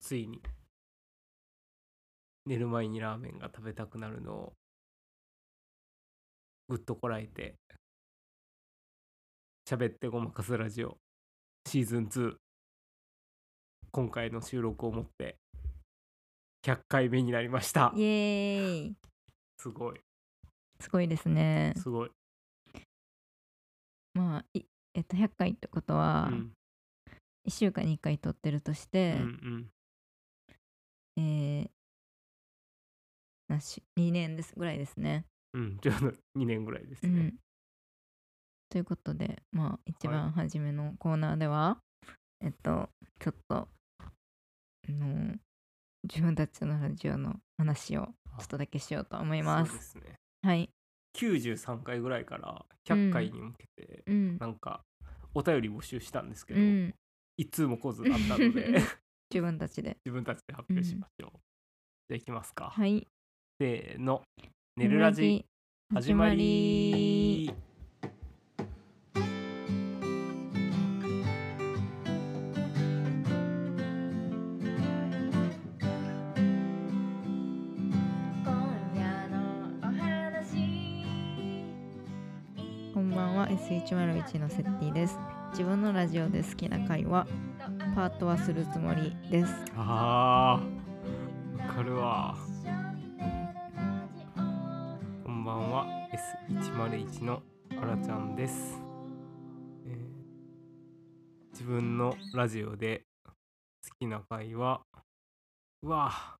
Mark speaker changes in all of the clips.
Speaker 1: ついに寝る前にラーメンが食べたくなるのをぐっとこらえて喋ってごまかすラジオシーズン2今回の収録をもって100回目になりました
Speaker 2: イエーイ
Speaker 1: すごい
Speaker 2: すごいですね
Speaker 1: すごい、
Speaker 2: まあいえっと100回ってこと
Speaker 1: う
Speaker 2: は、
Speaker 1: ん、
Speaker 2: 1週間に1回撮ってるとし
Speaker 1: う
Speaker 2: て、
Speaker 1: ん
Speaker 2: えーなし2年ですぐらいですね、
Speaker 1: うんうんちょうど2年ぐらいです
Speaker 2: う
Speaker 1: ね、
Speaker 2: ん、ということでまあ一
Speaker 1: はい
Speaker 2: 番初めのコーナーでは、えっとちょっとあの自分たちのラジオの話をちょっとだけしようと思いま
Speaker 1: そうですすね
Speaker 2: はい、
Speaker 1: 93回ぐらいから100回に向けて、
Speaker 2: うん
Speaker 1: なんかお便り募集したんですけ
Speaker 2: う
Speaker 1: ど、
Speaker 2: ん、
Speaker 1: 一通も来ずあったので
Speaker 2: 自分たちで
Speaker 1: 自分たちで発表しましょう、じゃあいきますか、
Speaker 2: はい
Speaker 1: せーの「ねるラジ」始まり
Speaker 2: 今夜のお話こんばんは S101 のセッティです自分のラジオで好きな回はパートはするつもりです
Speaker 1: あーわかるわこんばんは S101 のあらちゃんです、えー自分のラジオで好きな回はうわ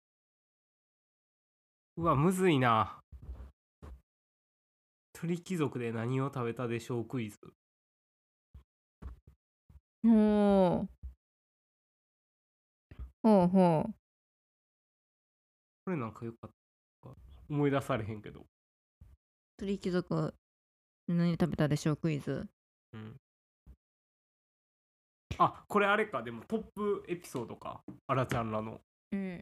Speaker 1: うわむずいな鳥貴族で何を食べたでしょうクイズ
Speaker 2: ほうほうほう
Speaker 1: これなんかよかった思い出されへんけど、
Speaker 2: 鳥貴族何食べたでしょうクイズ
Speaker 1: うん、あこれあれかでもトップエピソードかあらちゃんらの
Speaker 2: うん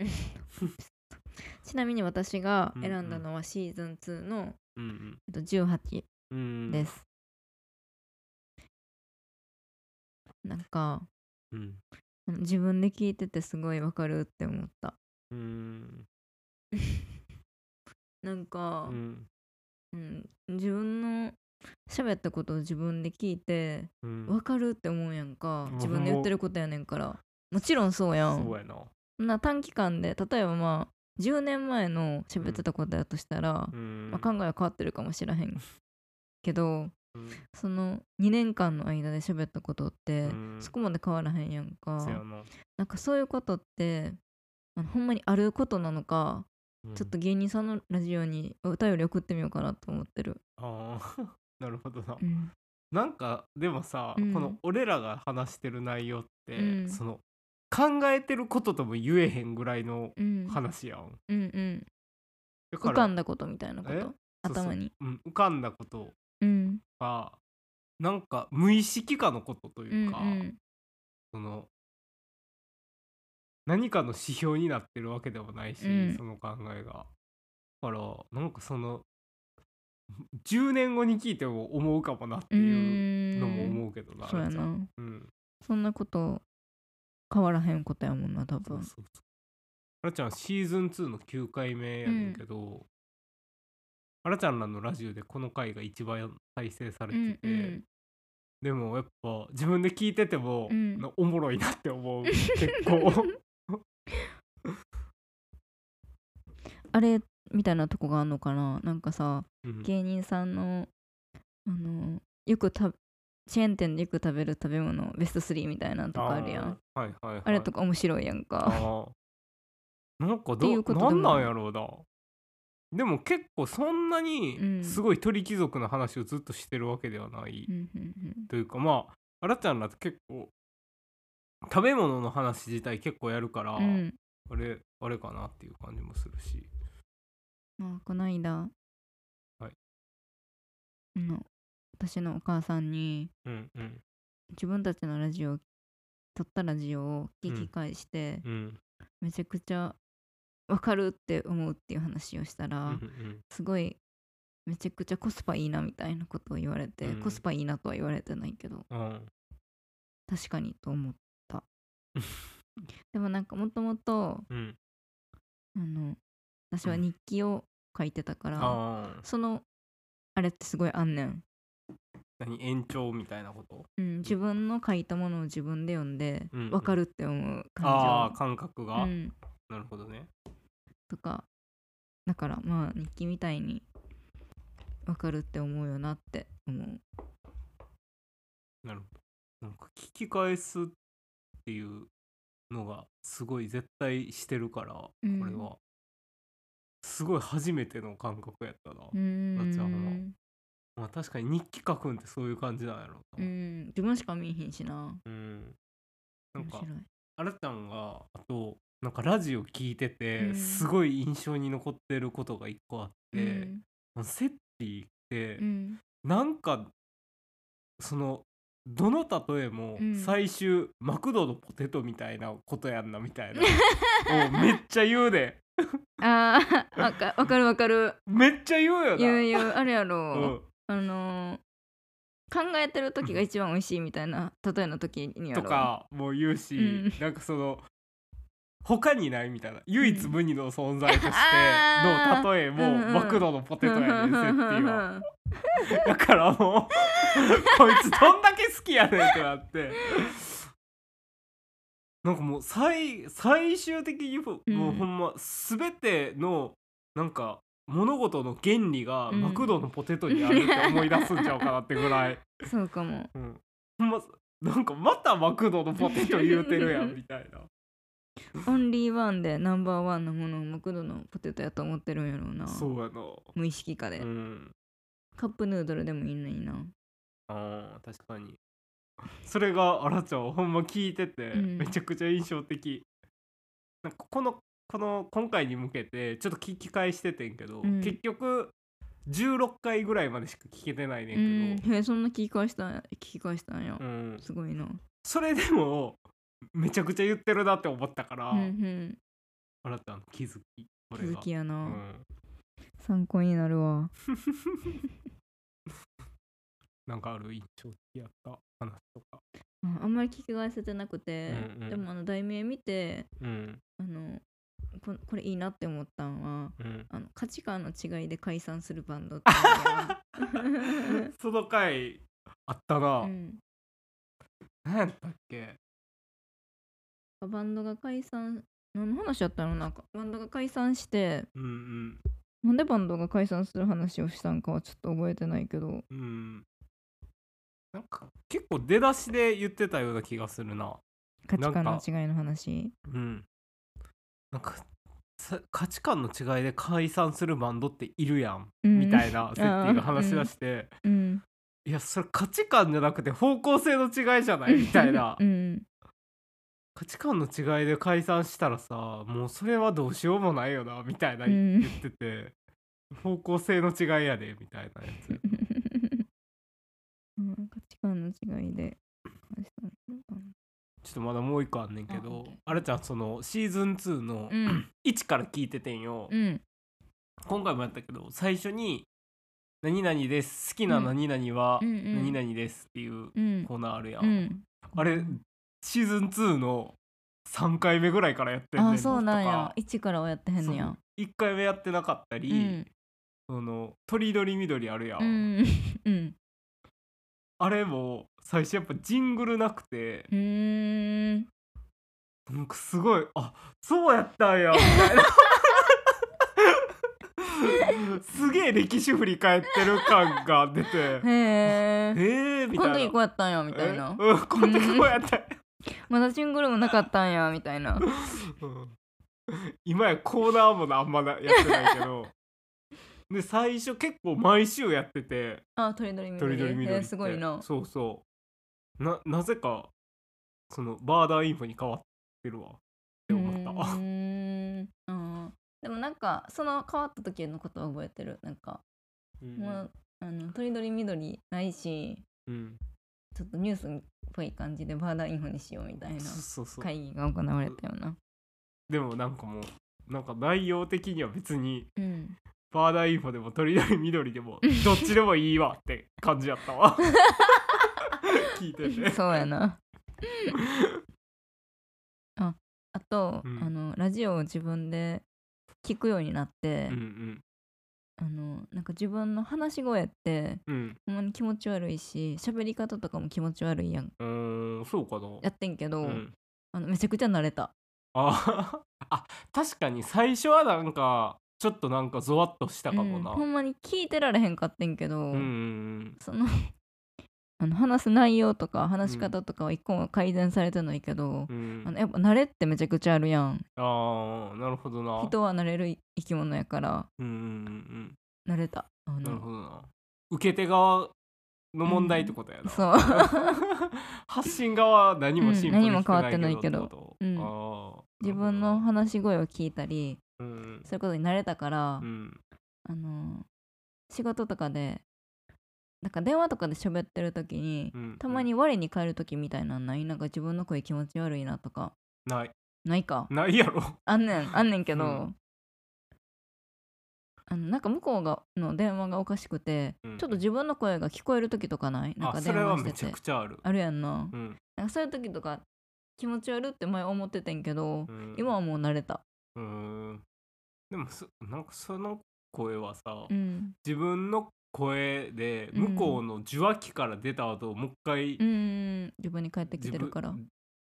Speaker 2: ちなみに私が選んだのはシーズン2の、
Speaker 1: うん
Speaker 2: えっと、18
Speaker 1: うんうん
Speaker 2: です、なんか
Speaker 1: うん
Speaker 2: 自分で聞いててすごいわかるって思った
Speaker 1: うん
Speaker 2: なんか、
Speaker 1: うん
Speaker 2: うん自分の喋ったことを自分で聞いて
Speaker 1: うん
Speaker 2: わかるって思うやんか
Speaker 1: うん
Speaker 2: 自分で言ってることやねんからもちろんそうや
Speaker 1: そうんやな
Speaker 2: そんな短期間で例えばまあ10年前の喋ってたことやとしたら、
Speaker 1: うん
Speaker 2: まあ、考えは変わってるかもしれへんけど
Speaker 1: うん
Speaker 2: その2年間の間で喋ったことって、
Speaker 1: うん
Speaker 2: そこまで変わらへんやんか
Speaker 1: そやな
Speaker 2: なんかそういうことってあのほんまにあることなのか、
Speaker 1: うん
Speaker 2: ちょっと芸人さんのラジオにお便り送ってみようかなと思ってる、
Speaker 1: あー なるほどな
Speaker 2: うん
Speaker 1: なんかでもさ
Speaker 2: うん
Speaker 1: この俺らが話してる内容って
Speaker 2: うん
Speaker 1: その考えてることとも言えへんぐらいの
Speaker 2: うん、
Speaker 1: 話やん
Speaker 2: うんうん
Speaker 1: だ
Speaker 2: 浮かんだことみたいなこ
Speaker 1: え
Speaker 2: と頭に
Speaker 1: そうそううん浮かんだこと
Speaker 2: うん
Speaker 1: がなんか無意識化のことと
Speaker 2: うん
Speaker 1: いううか、
Speaker 2: ん
Speaker 1: その何かの指標になってるわけでもないし、
Speaker 2: うん
Speaker 1: その考えが。だからなんかその10年後に聞いても思うかもなって
Speaker 2: う
Speaker 1: いううのも
Speaker 2: ん
Speaker 1: 思うけどな。
Speaker 2: そうや
Speaker 1: あれちゃん
Speaker 2: な
Speaker 1: うん、
Speaker 2: そんなこと変わらへんことやもんな多
Speaker 1: そう
Speaker 2: 分
Speaker 1: そうそうあらちゃんシーズン2の9回目やねんけど、あらちゃんらのラジオでこの回が一番再生されて
Speaker 2: うん
Speaker 1: て、
Speaker 2: うん
Speaker 1: でもやっぱ自分で聞いてても、
Speaker 2: うん
Speaker 1: なおもろいなって 思う結構
Speaker 2: あれみたいなとこがあんのかななんかさ
Speaker 1: うん
Speaker 2: 芸人さんのあのよくたチェーン店でよく食べる食べ物ベスト3みたいなのとかあるやんあ,、
Speaker 1: あーはいはいはい、
Speaker 2: れとか面白いやん
Speaker 1: あ
Speaker 2: か
Speaker 1: ーなんか
Speaker 2: ってい
Speaker 1: ど
Speaker 2: うことで
Speaker 1: な
Speaker 2: も
Speaker 1: んなんやろうなでも結構そんな
Speaker 2: う
Speaker 1: に
Speaker 2: ん
Speaker 1: すごい鳥貴族の話をずっとしてるわけではない、
Speaker 2: うんうんうん
Speaker 1: というかまああらちゃんらって結構食べ物の話自体結構やるから、
Speaker 2: うん
Speaker 1: あれあれかなっていう感じもするし
Speaker 2: まあこの間
Speaker 1: はい
Speaker 2: あの私のお母さんに
Speaker 1: うんうん
Speaker 2: 自分たちのラジオ撮ったラジオを聞き返して、
Speaker 1: うん
Speaker 2: めちゃくちゃわかるって思うっていう話をした
Speaker 1: う
Speaker 2: ら、
Speaker 1: んうん
Speaker 2: すごいめちゃくちゃコスパいいなみたいなことを言われて、
Speaker 1: うん
Speaker 2: コスパいいなとは言われてないけど
Speaker 1: うん
Speaker 2: 確かにと思ってでもなんかもともと
Speaker 1: うん
Speaker 2: あの私は
Speaker 1: うん
Speaker 2: 日記を書いてたから、
Speaker 1: ああ
Speaker 2: そのあれってすごいあんねん、
Speaker 1: 何延長みたいなこと
Speaker 2: うん、自分の書いたものを自分で読んで
Speaker 1: うんうん
Speaker 2: 分かるって思う
Speaker 1: あ
Speaker 2: 感
Speaker 1: あ感覚
Speaker 2: 情、
Speaker 1: が、
Speaker 2: うん、
Speaker 1: なるほどね
Speaker 2: とかだからまあ日記みたいに分かるって思うよなって思う
Speaker 1: なるほどなんか聞き返すっていうのがすごい絶対してるからこ
Speaker 2: う
Speaker 1: れ
Speaker 2: ん
Speaker 1: は、すごい初めての感覚やったな、
Speaker 2: うー
Speaker 1: 夏はほ
Speaker 2: ん
Speaker 1: まあ確かに日記書くんってそういう感じなんやろう
Speaker 2: う
Speaker 1: な、
Speaker 2: ん自分しか見えへんしな
Speaker 1: うんな
Speaker 2: 面
Speaker 1: んか
Speaker 2: 白い
Speaker 1: あらちゃんがあとなんかラジオ聞いてて、
Speaker 2: うん
Speaker 1: すごい印象に残ってることが一個あって、あのセッティって、
Speaker 2: うんうん
Speaker 1: なんかそのどの例えも
Speaker 2: うん
Speaker 1: 最終、マクドのポテトみたいなことやんなみた いなおめっちゃ言うで
Speaker 2: あー わかわかるわかる
Speaker 1: めっちゃ言うよな
Speaker 2: 言う言うあるやろ、
Speaker 1: うん
Speaker 2: あのー考えてる時が一番美味しいみたいな例えの時にやろ
Speaker 1: とかも言うし、
Speaker 2: うん
Speaker 1: なんかその他にないみたいな唯一無二の存在として
Speaker 2: あー
Speaker 1: の例えも、
Speaker 2: うんうん
Speaker 1: マクドのポテトやねんセッティは。
Speaker 2: は
Speaker 1: だからもうこいつどんだけ好きやねんってなってなんかもう最最終的にもう,、
Speaker 2: うん
Speaker 1: ほんま全てのなんか物事の原理が
Speaker 2: うん
Speaker 1: マクドのポテトにあるって思い出すんちゃうかなってぐらい、
Speaker 2: そうかも
Speaker 1: うん、ほんまなんかまたマクドのポテト言うてるやんみたいな
Speaker 2: オンリーワンでナンバーワンのものをマクドのポテトやと思ってるんやろうな
Speaker 1: そうやな
Speaker 2: 無意識化で、
Speaker 1: うん
Speaker 2: カップヌードルでもいいのにな
Speaker 1: あー確かに それがあらちゃんほんま聞いてて、
Speaker 2: うん
Speaker 1: めちゃくちゃ印象的なんかこのこの今回に向けてちょっと聞き返しててんけど、
Speaker 2: うん
Speaker 1: 結局16回ぐらいまでしか聞けてないね
Speaker 2: うんん
Speaker 1: けど、
Speaker 2: へえそんな聞き返したんや聞き返したんや、
Speaker 1: うん
Speaker 2: すごいな
Speaker 1: それでもめちゃくちゃ言ってるなって思ったから、
Speaker 2: うんうん
Speaker 1: あらちゃんの気づきこ
Speaker 2: 気
Speaker 1: れ
Speaker 2: づ
Speaker 1: が
Speaker 2: きやな、
Speaker 1: うん、
Speaker 2: 参考になるわ
Speaker 1: なんかある印象的やった話とか、
Speaker 2: うんあんまり聞き返せてなくて、
Speaker 1: うんうん
Speaker 2: でもあの題名見て
Speaker 1: うん
Speaker 2: あのここれいいなって思ったんは
Speaker 1: うん、
Speaker 2: あの価値観の違いで解散するバンドっていうのが
Speaker 1: その回 あったな、
Speaker 2: うん
Speaker 1: 何やったっけ
Speaker 2: バンドが解散何の話やったのなんかバンドが解散して
Speaker 1: うんうん
Speaker 2: なんでバンドが解散する話をしたんかはちょっと覚えてないけど
Speaker 1: うん。なんか結構出だしで言ってたような気がするな。
Speaker 2: 価値観の違いの話
Speaker 1: うん。なんかさ価値観の違いで解散するバンドっているやん、
Speaker 2: うん
Speaker 1: みたいな設定が話し出して、
Speaker 2: うん
Speaker 1: いやそれ価値観じゃなくて方向性の違いじゃないみたいな
Speaker 2: う。ん
Speaker 1: 価値観の違いで解散したらさもうそれはどうしようもないよなみたいな
Speaker 2: うん
Speaker 1: 言ってて、方向性の違いやでみたいなやつ。
Speaker 2: うん価値観の違いで解散するバン
Speaker 1: ちょっとまだもう一個あんねんけど
Speaker 2: あ OK
Speaker 1: あれちゃんそのシーズン2の
Speaker 2: ドうん
Speaker 1: 1から聞いててんよ、
Speaker 2: うん
Speaker 1: 今回もやったけど最初に「何々です好きな何々は
Speaker 2: うんうんう
Speaker 1: 何
Speaker 2: ん
Speaker 1: 々です」っていう
Speaker 2: うん
Speaker 1: コーナーあるやん、
Speaker 2: うん
Speaker 1: あれシーズン2の3回目ぐらいからやってんねん
Speaker 2: あそうなんや
Speaker 1: と
Speaker 2: 一からはやってへんねや
Speaker 1: か1回目やってなかった
Speaker 2: う
Speaker 1: り、
Speaker 2: ん
Speaker 1: その鳥取緑あるやん、
Speaker 2: うんうん
Speaker 1: あれも最初やっぱジングルなくて
Speaker 2: うーん
Speaker 1: なんかすごいあそうやったんやみたいなすげえ歴史振り返ってる感が出て
Speaker 2: へえ
Speaker 1: えー、み
Speaker 2: この
Speaker 1: たい
Speaker 2: 時
Speaker 1: な。
Speaker 2: こうやったんやみたいな
Speaker 1: えうん、この時こうやったんや。
Speaker 2: まだシングルもなかったんやみたいな
Speaker 1: うん今やコーナーもなあんまなやってないけど。で、最初結構毎週やってて、
Speaker 2: あ鳥取緑
Speaker 1: とりどり緑っ
Speaker 2: え
Speaker 1: て。
Speaker 2: ーすごいな
Speaker 1: そうそう。な、なぜか、その、バーダーインフォに変わってるわ。って思
Speaker 2: う
Speaker 1: っ
Speaker 2: ー
Speaker 1: た。
Speaker 2: んうんでもなんかその変わった時のことは覚えてるなんか
Speaker 1: うん
Speaker 2: もうあの鳥取緑ないし
Speaker 1: うん。
Speaker 2: ちょっとニュースっぽい感じでバーダーインフォにしようみたいな
Speaker 1: そうそうそう。
Speaker 2: 会議が行われたような
Speaker 1: でもなんかもう、なんか内容的には別に、
Speaker 2: うん
Speaker 1: バーダーインフォでも鳥取緑でも、どっちでもいいわって感じやった わ。聞いてて。
Speaker 2: そうやな。あ、あと、
Speaker 1: うん
Speaker 2: あのラジオを自分で聞くようになって、
Speaker 1: うん
Speaker 2: あのなんか自分の話し声って
Speaker 1: うん
Speaker 2: ほんまに気持ち悪いし喋り方とかも気持ち悪いやん
Speaker 1: うんうーんそうかな
Speaker 2: やってんけど、
Speaker 1: うん
Speaker 2: あのめちゃくちゃ慣れた
Speaker 1: あ あ確かに最初はなんかちょっとなんかゾワッとしたかもな
Speaker 2: うんほんまに聞いてられへんかってんけど、
Speaker 1: うんうん
Speaker 2: その あの話す内容とか話し方とかは一個も改善されてないけど、
Speaker 1: うんうん
Speaker 2: あのやっぱ慣れってめちゃくちゃあるやん
Speaker 1: ああなるほどな
Speaker 2: 人は慣れる生き物やから
Speaker 1: うんうんうん
Speaker 2: 慣れたあ
Speaker 1: うんなるほど
Speaker 2: の
Speaker 1: な受け手側の問題ってことやな、
Speaker 2: そう
Speaker 1: 発信側は何も進歩
Speaker 2: うん
Speaker 1: でき
Speaker 2: 何も変わってないけど
Speaker 1: てこと
Speaker 2: うん
Speaker 1: ああ
Speaker 2: 自分の話し声を聞いたり
Speaker 1: うん
Speaker 2: そういうことに慣れたから、
Speaker 1: うん
Speaker 2: あの仕事とかでなんか電話とかで喋ってる時に
Speaker 1: うん
Speaker 2: たまに我に返る時みたいなんないなんか自分の声気持ち悪いなとか
Speaker 1: ない
Speaker 2: ないか
Speaker 1: ないやろ
Speaker 2: あんね んあんねんけど、
Speaker 1: うん
Speaker 2: あのなんか向こうがの電話がおかしくて、
Speaker 1: うん
Speaker 2: ちょっと自分の声が聞こえる時とかないなん
Speaker 1: あ
Speaker 2: か
Speaker 1: そ
Speaker 2: 電
Speaker 1: れは
Speaker 2: 話
Speaker 1: め
Speaker 2: し
Speaker 1: ちゃ
Speaker 2: てて
Speaker 1: くちゃある
Speaker 2: あるやんな,、
Speaker 1: うん
Speaker 2: なんかそういう時とか気持ち悪って前思っててんけど、
Speaker 1: うん
Speaker 2: 今はもう慣れた
Speaker 1: うーんでもそなんかその声はさ、
Speaker 2: うん
Speaker 1: 自分の声で
Speaker 2: うん
Speaker 1: 向こうの受話器から出た後、もう一回
Speaker 2: うんうん自分に返ってき
Speaker 1: 自
Speaker 2: てる
Speaker 1: 分
Speaker 2: から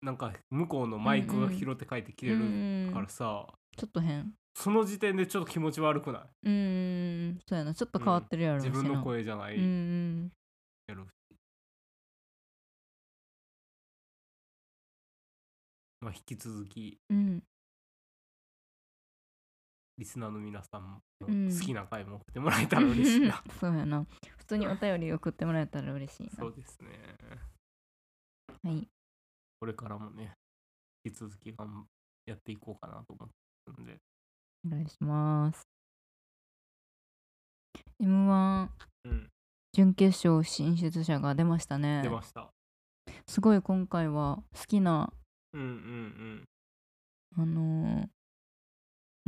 Speaker 1: なんか向こうのマイクが拾って帰ってきて
Speaker 2: う
Speaker 1: る
Speaker 2: んうん
Speaker 1: からさ、
Speaker 2: ちょっと変
Speaker 1: その時点でちょっと気持ち悪くない
Speaker 2: うんそうやなちょっと変わってるやろうし
Speaker 1: 自
Speaker 2: な、
Speaker 1: 分の声じゃない
Speaker 2: うん
Speaker 1: やろうし、まあ、引き続き
Speaker 2: うんうん
Speaker 1: リスナーの皆さんも
Speaker 2: うん
Speaker 1: 好きな回も送ってもらえたら嬉しいな、
Speaker 2: そうやな普通にお便り送ってもらえたら嬉しいな
Speaker 1: そうですね
Speaker 2: はい
Speaker 1: これからもね引き続きがんやっていこうかなと思ってるんで
Speaker 2: お願いします M1
Speaker 1: うん
Speaker 2: 準決勝進出者が出ましたね
Speaker 1: 出ました
Speaker 2: すごい今回は好きな
Speaker 1: うんうん
Speaker 2: あのー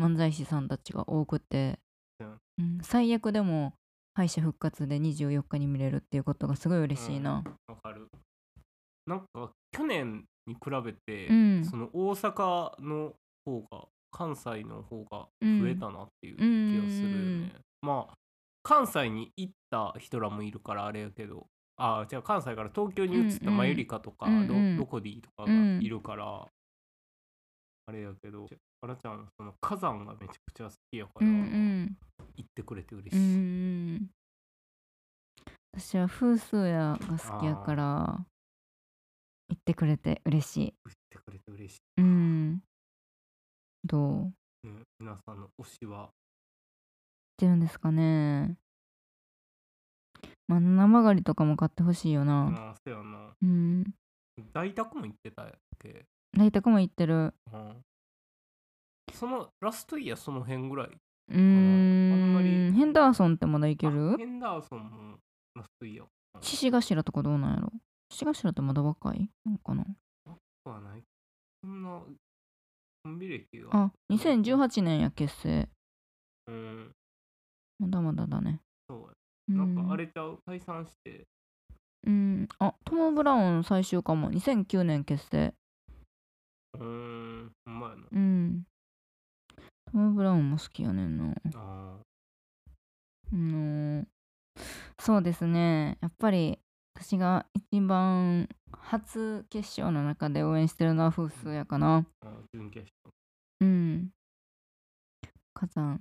Speaker 2: 漫才師さんたちが多くて、
Speaker 1: うん
Speaker 2: うん最悪でも敗者復活で24日に見れるっていうことがすごい嬉しいな、
Speaker 1: うんわかるなんか去年に比べて、
Speaker 2: うん
Speaker 1: その大阪の方が関西の方が増えたなっていう気がするよね、まあ関西に行った人らもいるからあれやけどあ違う関西から東京に移っ
Speaker 2: うん
Speaker 1: た
Speaker 2: うん
Speaker 1: マユリカとか、
Speaker 2: うんうん
Speaker 1: ロロコディとかがいるから、あれやけどあらちゃんその火山がめちゃくちゃ好きやか
Speaker 2: う
Speaker 1: ら、
Speaker 2: んうん
Speaker 1: 行ってくれて嬉し
Speaker 2: う
Speaker 1: い、
Speaker 2: ん私は風数やが好きやから行ってくれて嬉しい
Speaker 1: 行ってくれて嬉しい
Speaker 2: うんどう
Speaker 1: ね皆さんの推しは
Speaker 2: ってるんですかねまあ七曲がりとかも買ってほしいよな
Speaker 1: あそうやな
Speaker 2: うん
Speaker 1: 大宅も行ってたやっけ、
Speaker 2: 大宅も行ってる
Speaker 1: うん、そのラストイヤーその辺ぐらいう
Speaker 2: ーん
Speaker 1: あんまり
Speaker 2: ヘンダーソンってまだいけ
Speaker 1: あ
Speaker 2: る
Speaker 1: ヘンダーソンもラストイヤー
Speaker 2: 獅子頭とかどうなんやろ獅子頭ってまだ若いなんかな
Speaker 1: はないそんなコンビ歴が
Speaker 2: あ2018年や結成
Speaker 1: うん
Speaker 2: まだまだだね
Speaker 1: そう
Speaker 2: う
Speaker 1: や
Speaker 2: ん
Speaker 1: なんかあれちゃう解散して
Speaker 2: うんあトム・ブラウン最終巻も2009年結成
Speaker 1: うーんほんまやな
Speaker 2: うんトム・ブラウンも好きやねんな
Speaker 1: あ
Speaker 2: あのーそうですねやっぱり私が一番初決勝の中で応援してるのは風数やかな
Speaker 1: ーあー準決勝
Speaker 2: うん火山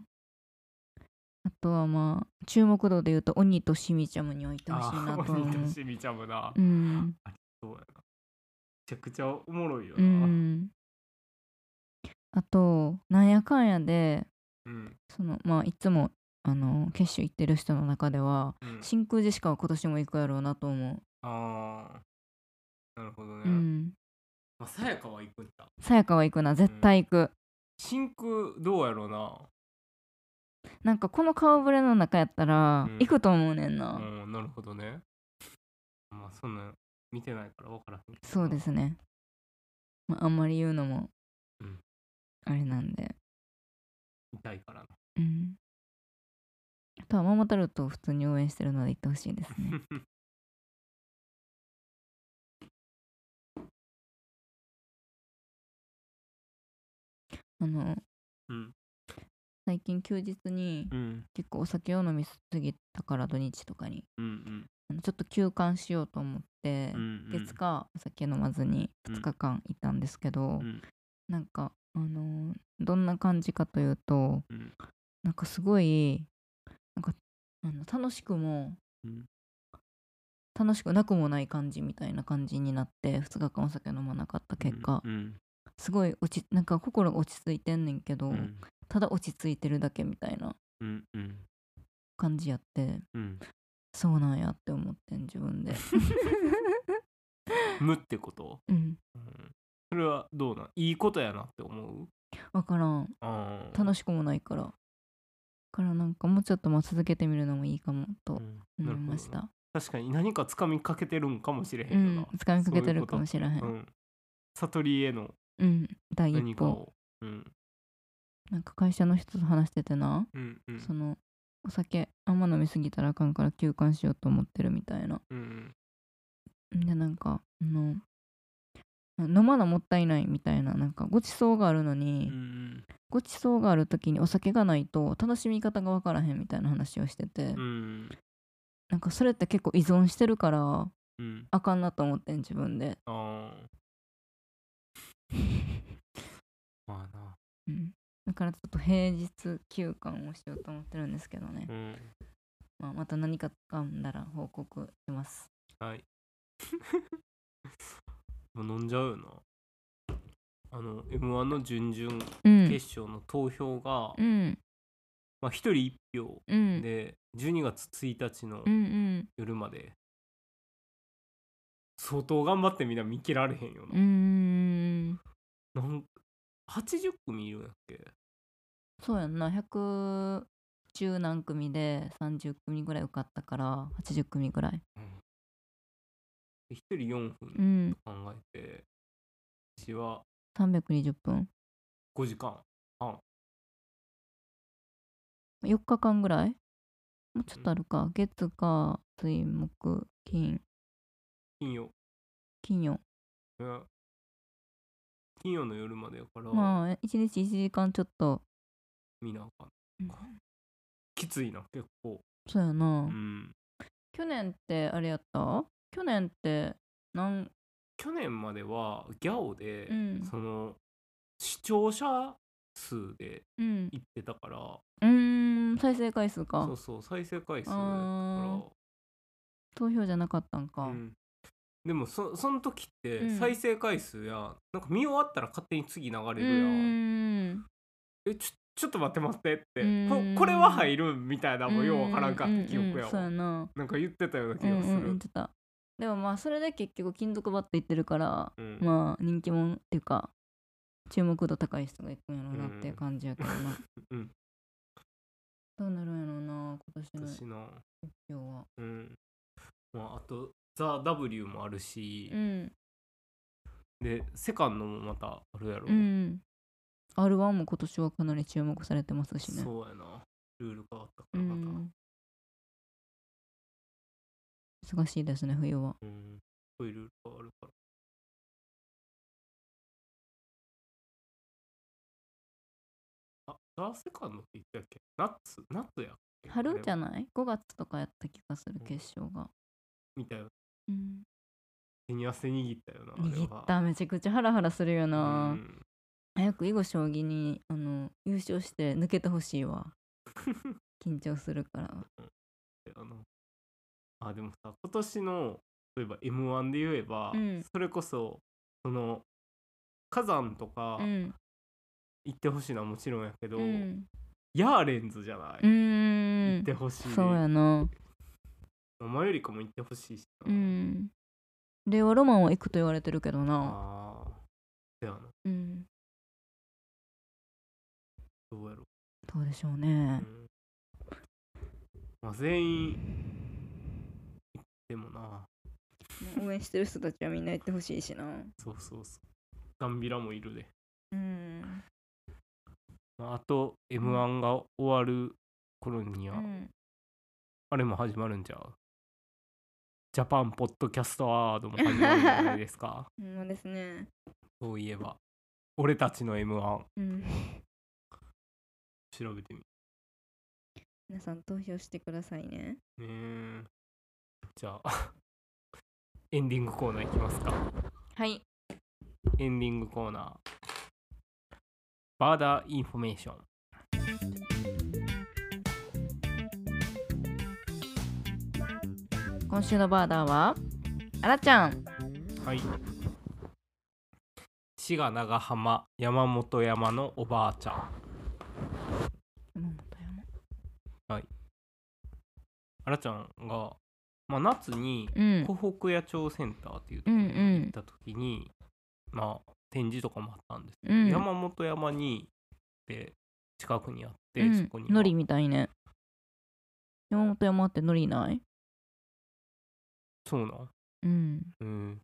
Speaker 2: あとはまあ注目度で言うと鬼としみちゃむに置いてほしいな
Speaker 1: あ
Speaker 2: とは思
Speaker 1: ー
Speaker 2: う
Speaker 1: しみちゃむな
Speaker 2: うん
Speaker 1: そうやなめちゃくちゃおもろいよ
Speaker 2: う
Speaker 1: なうん
Speaker 2: んあとなんやかんやで
Speaker 1: うん
Speaker 2: そのまあいつもあの決勝行ってる人の中では真空ジェシカは今年も行くやろうなと思
Speaker 1: ああなるほどね、
Speaker 2: ううん
Speaker 1: まあ、さやかは行くんだ
Speaker 2: さやかは行くな絶対行く、
Speaker 1: 真空どうやろうな
Speaker 2: なんかこの顔ぶれの中やったら、
Speaker 1: うん
Speaker 2: 行くと思うねんな、
Speaker 1: うん、なるほどね。まあ、そんなん見てないから分からへんけど。。
Speaker 2: そうですすね、まあ、あんまり言うのも
Speaker 1: うん
Speaker 2: あれなんで
Speaker 1: 痛いからな。
Speaker 2: うんあとはママタルトを普通に応援してるので行ってほしいです ねあの
Speaker 1: うん
Speaker 2: 最近休日に
Speaker 1: うん
Speaker 2: 結構お酒を飲みすぎたから土日とかに
Speaker 1: うん
Speaker 2: あのちょっと休館しようと思って
Speaker 1: うんう、ん
Speaker 2: 月火お酒飲まずに
Speaker 1: うん
Speaker 2: 2日間いたんですけ
Speaker 1: う
Speaker 2: ど、
Speaker 1: ん
Speaker 2: なんかあのーどんな感じかというと、
Speaker 1: うん
Speaker 2: なんかすごいなんかあの楽しくも、
Speaker 1: うん
Speaker 2: 楽しくなくもない感じみたいな感じになって2日間お酒飲まなかった結果、
Speaker 1: うん
Speaker 2: すごい落ちなんか心が落ち着いてんねんけど、
Speaker 1: うん
Speaker 2: ただ落ち着いてるだけみたいな
Speaker 1: うんうん
Speaker 2: 感じやって
Speaker 1: うん
Speaker 2: そうなんやって思ってん自分 で、
Speaker 1: 無ってこと
Speaker 2: うん、
Speaker 1: うんそれはどうなんいいことやなって思う
Speaker 2: 分からん
Speaker 1: あー
Speaker 2: 楽しくもないからだからなんかもうちょっとまあ続けてみるのもいいかもと
Speaker 1: うん
Speaker 2: 思
Speaker 1: ないるほど
Speaker 2: ました
Speaker 1: 確かに何か掴みかけてるんかもしれへん
Speaker 2: う
Speaker 1: よなん
Speaker 2: つかみかけてるかも
Speaker 1: し
Speaker 2: しれへんう
Speaker 1: れん悟りへの
Speaker 2: ん第一
Speaker 1: 何か
Speaker 2: 歩
Speaker 1: をうん
Speaker 2: なんか会社の人と話しててな、
Speaker 1: うんうん
Speaker 2: そのお酒あんま飲みすぎたらあかんから休館しようと思ってるみたいな
Speaker 1: うん
Speaker 2: でなんかあの飲まなもったいないみたいななんかごちそうがあるの
Speaker 1: う
Speaker 2: に、
Speaker 1: ん
Speaker 2: ごちそうがある時にお酒がないと楽しみ方がわからへんみたいな話をしてて、
Speaker 1: うん
Speaker 2: なんかそれって結構依存してるから
Speaker 1: うん
Speaker 2: あかんなと思ってん自分で、
Speaker 1: ああまあな
Speaker 2: うん、だからちょっと平日休館をしようと思ってるんですけどね、
Speaker 1: うん
Speaker 2: まあ、また何か噛んだら報告します
Speaker 1: はい。 もう飲んじゃうよな。あの、M1 の準々
Speaker 2: うん
Speaker 1: 決勝の投票が、
Speaker 2: うん
Speaker 1: まあ、1人1票
Speaker 2: うん
Speaker 1: で、12月1日の
Speaker 2: うんうん
Speaker 1: 夜まで、相当頑張ってみんな見切られへんよ
Speaker 2: うーん
Speaker 1: な。なん80組いるんやっけ
Speaker 2: そうやんな100中何組で30組ぐらい受かったから80組ぐらい
Speaker 1: ?1 人4
Speaker 2: う
Speaker 1: 分
Speaker 2: ん
Speaker 1: 考えて、うちは
Speaker 2: 320分
Speaker 1: 5時間。
Speaker 2: 4日間ぐらいもうちょっとあるか月か水木金
Speaker 1: 金曜。
Speaker 2: 金曜
Speaker 1: うん金曜の夜までやから、
Speaker 2: まあ一日1時間ちょっと
Speaker 1: 見なあかん。
Speaker 2: うん
Speaker 1: きついな結構
Speaker 2: そうやな、
Speaker 1: うん
Speaker 2: 去年ってあれやった去年ってなん
Speaker 1: 去年まではギャオで、
Speaker 2: うん
Speaker 1: その視聴者数で
Speaker 2: うん
Speaker 1: 行ってたから
Speaker 2: うーん再生回数か
Speaker 1: そうそう再生回数だ
Speaker 2: あ
Speaker 1: か
Speaker 2: 投票じゃなかったん
Speaker 1: ら、
Speaker 2: か、
Speaker 1: うんでもそその時っ
Speaker 2: う
Speaker 1: て
Speaker 2: ん
Speaker 1: 再生回数や、なんか見終わったら勝手に次流れ
Speaker 2: う
Speaker 1: るやん
Speaker 2: ーん
Speaker 1: えちょちょっと待って待ってってこ
Speaker 2: うん
Speaker 1: これは入るみたいなもうようわからんか
Speaker 2: う
Speaker 1: っ
Speaker 2: ん
Speaker 1: た記憶や
Speaker 2: うんうん
Speaker 1: わ、
Speaker 2: そうやな
Speaker 1: なんか言ってたような気
Speaker 2: うん
Speaker 1: がす
Speaker 2: うん言っ
Speaker 1: る
Speaker 2: てたでもまあそれで結局金属バットいってるから、
Speaker 1: うん
Speaker 2: まあ人気者っていうか注目度高い人がいくんやろうなっていう感じやけどな、
Speaker 1: うん
Speaker 2: どうなるんやろうな今年の
Speaker 1: 私の
Speaker 2: 今日は
Speaker 1: うんまああと「ザ・ w もあるし、
Speaker 2: うん
Speaker 1: でセカンドもまたあるやろ、
Speaker 2: うん。R1 も今年はかなり注目されてますしね。
Speaker 1: そうやなルール変わったか
Speaker 2: う
Speaker 1: らまた
Speaker 2: ん。忙しいですね、冬は。
Speaker 1: うんこういうルール変わるからあザ・セカンドって言ったっけナッツナッツやっけ
Speaker 2: 春じゃ
Speaker 1: ん
Speaker 2: ない ?5 月とかやった気がする、決勝が。
Speaker 1: みたいな
Speaker 2: うん。
Speaker 1: 手に汗握ったよなあれは
Speaker 2: 握った、めちゃくちゃハラハラするよ
Speaker 1: う
Speaker 2: な。
Speaker 1: ん
Speaker 2: 早く囲碁将棋にあの優勝して抜けてほしいわ。緊張するから。
Speaker 1: あのあでもさ今年の例えば m 1で言えば、
Speaker 2: うん
Speaker 1: それこそその火山とか
Speaker 2: うん。
Speaker 1: 行ってほしいのはもちろんやけど、
Speaker 2: うん。
Speaker 1: ヤーレンズじゃない、
Speaker 2: う
Speaker 1: 行
Speaker 2: ん
Speaker 1: って。ほしい、ね、
Speaker 2: そうやな。
Speaker 1: ママよりかも行ってほしいしな、
Speaker 2: うん。令和ロマンは行くと言われてるけどな。
Speaker 1: ああであの
Speaker 2: うん。
Speaker 1: どうやろ
Speaker 2: どうでしょう
Speaker 1: う、
Speaker 2: ね
Speaker 1: う。んまあ、全員行ってもな
Speaker 2: 応援してる人たちはみんな行ってほしいしな
Speaker 1: そうそうそうダンビラもいるで、
Speaker 2: うん、
Speaker 1: まあ、あと m 1が終わる頃に
Speaker 2: う
Speaker 1: は、
Speaker 2: ん、
Speaker 1: あれも始まるんちゃうジャパンポッドキャストアワードも始まるんじゃないですか
Speaker 2: ほんまですね
Speaker 1: そういえば俺たちの M1
Speaker 2: うん、
Speaker 1: 調べてみ
Speaker 2: 皆さん投票してくださいね
Speaker 1: ねーじゃあ エンディングコーナーいきますか
Speaker 3: はい
Speaker 1: エンディングコーナーバーダーインフォメーション
Speaker 3: 今週のバーダーはあらちゃん
Speaker 1: はい滋賀長浜山本山のおばあちゃん
Speaker 3: 山本
Speaker 1: あらちゃんが、まあ、夏に
Speaker 3: 山うん
Speaker 1: 湖北野鳥センターっていうと
Speaker 3: う
Speaker 1: ころ
Speaker 3: ん
Speaker 1: に
Speaker 3: う
Speaker 1: 行っ
Speaker 3: ん
Speaker 1: た時に、まあ展示とかもあったんですけ
Speaker 3: う
Speaker 1: ど、
Speaker 3: ん
Speaker 1: 山本山にで近くにあって、
Speaker 3: うん
Speaker 1: そこには
Speaker 3: 海苔みたいね山本山って海苔ない
Speaker 1: そうなん
Speaker 3: うん
Speaker 1: うん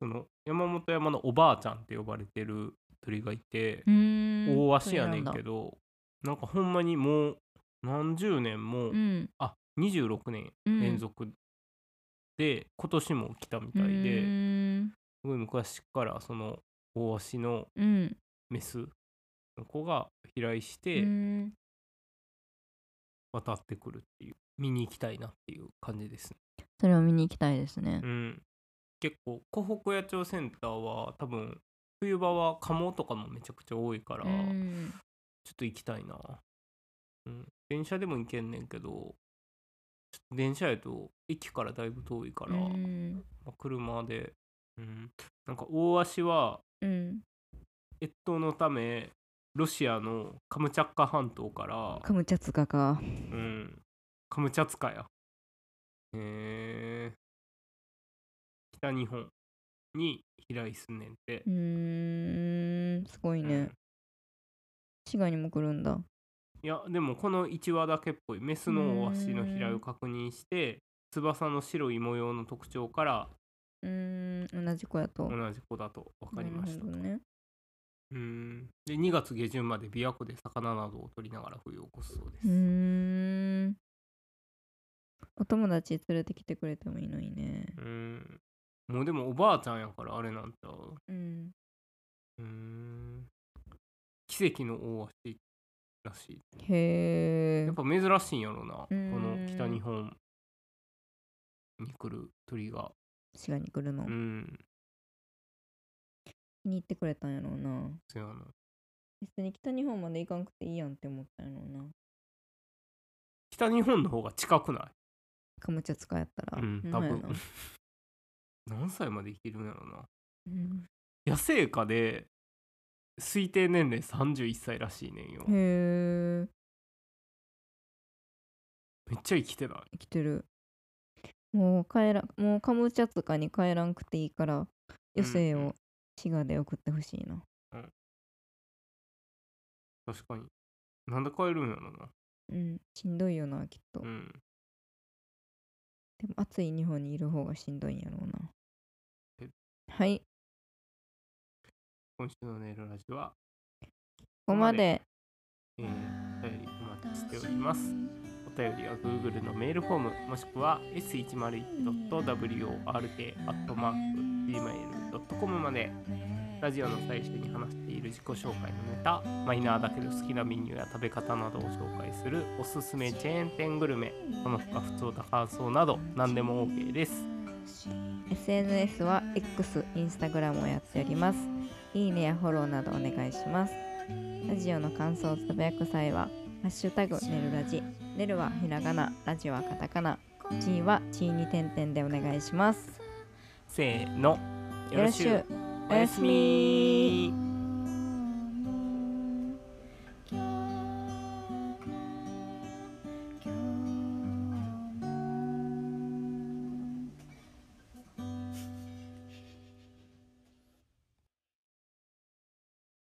Speaker 1: その山本山のおばあちゃんって呼ばれてる鳥がいて
Speaker 3: う、ーん
Speaker 1: 大足やねん
Speaker 3: そ
Speaker 1: け
Speaker 3: う
Speaker 1: どなんかほんまにもう何十年も、
Speaker 3: なんだ
Speaker 1: あ26年
Speaker 3: うん
Speaker 1: 連続で、今年も来たみたいで、
Speaker 3: うーん
Speaker 1: すごい昔からその大足の
Speaker 3: うん
Speaker 1: メスの子が飛来し
Speaker 3: う
Speaker 1: て
Speaker 3: ーん
Speaker 1: 渡ってくるっていう、見に行きたいなっていう感じですね。
Speaker 3: それを見に行きたいですね
Speaker 1: うん、結構湖北野鳥センターは多分冬場はカモとかもめちゃくちゃ多いから、
Speaker 3: うん
Speaker 1: ちょっと行きたいな。うん、電車でも行けんねんけど、ちょっと電車やと駅からだいぶ遠いから、
Speaker 3: うん
Speaker 1: まあ車で、うん、なんか大足は
Speaker 2: うん
Speaker 1: 越冬のためロシアのカムチャッカ半島から、
Speaker 2: カムチャツカか
Speaker 1: うん、カムチャツカや、えー、北日本に飛来すんねんて
Speaker 2: う、ーんすごい
Speaker 1: うん
Speaker 2: ね滋賀にも来るんだ
Speaker 1: いやでもこの1羽だけっぽいメスのオアシの飛来を確認して翼の白い模様の特徴から
Speaker 2: うーん同じ子やと
Speaker 1: 同じ子だと分かりましたと
Speaker 2: なるほどね
Speaker 1: うんで2月下旬まで琵琶湖で魚などを取りながら冬を越すそうです、
Speaker 2: うーんお友達連れてきてくれてもいいのにね
Speaker 1: うんもうでもおばあちゃんやからあれなんちゃう
Speaker 2: うん
Speaker 1: うん奇跡の大足らしい
Speaker 2: へえ
Speaker 1: やっぱ珍しいんやろなこ
Speaker 2: うん
Speaker 1: の北日本に来る鳥が
Speaker 2: 滋賀に来るの、
Speaker 1: うん
Speaker 2: 気に入ってくれたんやろうな
Speaker 1: そうやな
Speaker 2: 別に北日本まで行かんくていいやんって思ったんやろうな
Speaker 1: 北日本の方が近くない
Speaker 2: カムチャツカやったら
Speaker 1: うん
Speaker 2: ほ
Speaker 1: 多
Speaker 2: まや
Speaker 1: 分
Speaker 2: な
Speaker 1: 何歳まで生きるんやろな
Speaker 2: うん
Speaker 1: 野生下で推定年齢31歳らしいねんよめっ
Speaker 2: へえ
Speaker 1: ちゃ生きてない
Speaker 2: 生きてるもう帰らもうカムチャツカに帰らんくていいから余生
Speaker 1: うんう
Speaker 2: を滋賀で送ってほしいな
Speaker 1: 確かになんで帰るんやろな
Speaker 2: うんしんどいよなきっと、
Speaker 1: うん
Speaker 2: でも暑い日本にいる方がしんどいんやろうな
Speaker 1: え
Speaker 2: はい
Speaker 1: 今週のネイルラジオは
Speaker 2: ここまで
Speaker 1: えー、お便りお待ちしております。お便りは Google のメールフォームもしくは s101.wort.gmail.com までラジオの最初に話している自己紹介のネタマイナーだけど好きなメニューや食べ方などを紹介するおすすめチェーン店グルメその他不調な感想など何でも OK です。
Speaker 2: SNS は X、インスタグラムをやっております。いいねやフォローなどお願いします。ラジオの感想をつぶやく際は、ハッシュタグねるラジ、ねるはひらがな、ラジオはカタカナ、チーはチーに点々でお願いします。
Speaker 1: せーの
Speaker 2: よろしゅう。
Speaker 1: おやすみ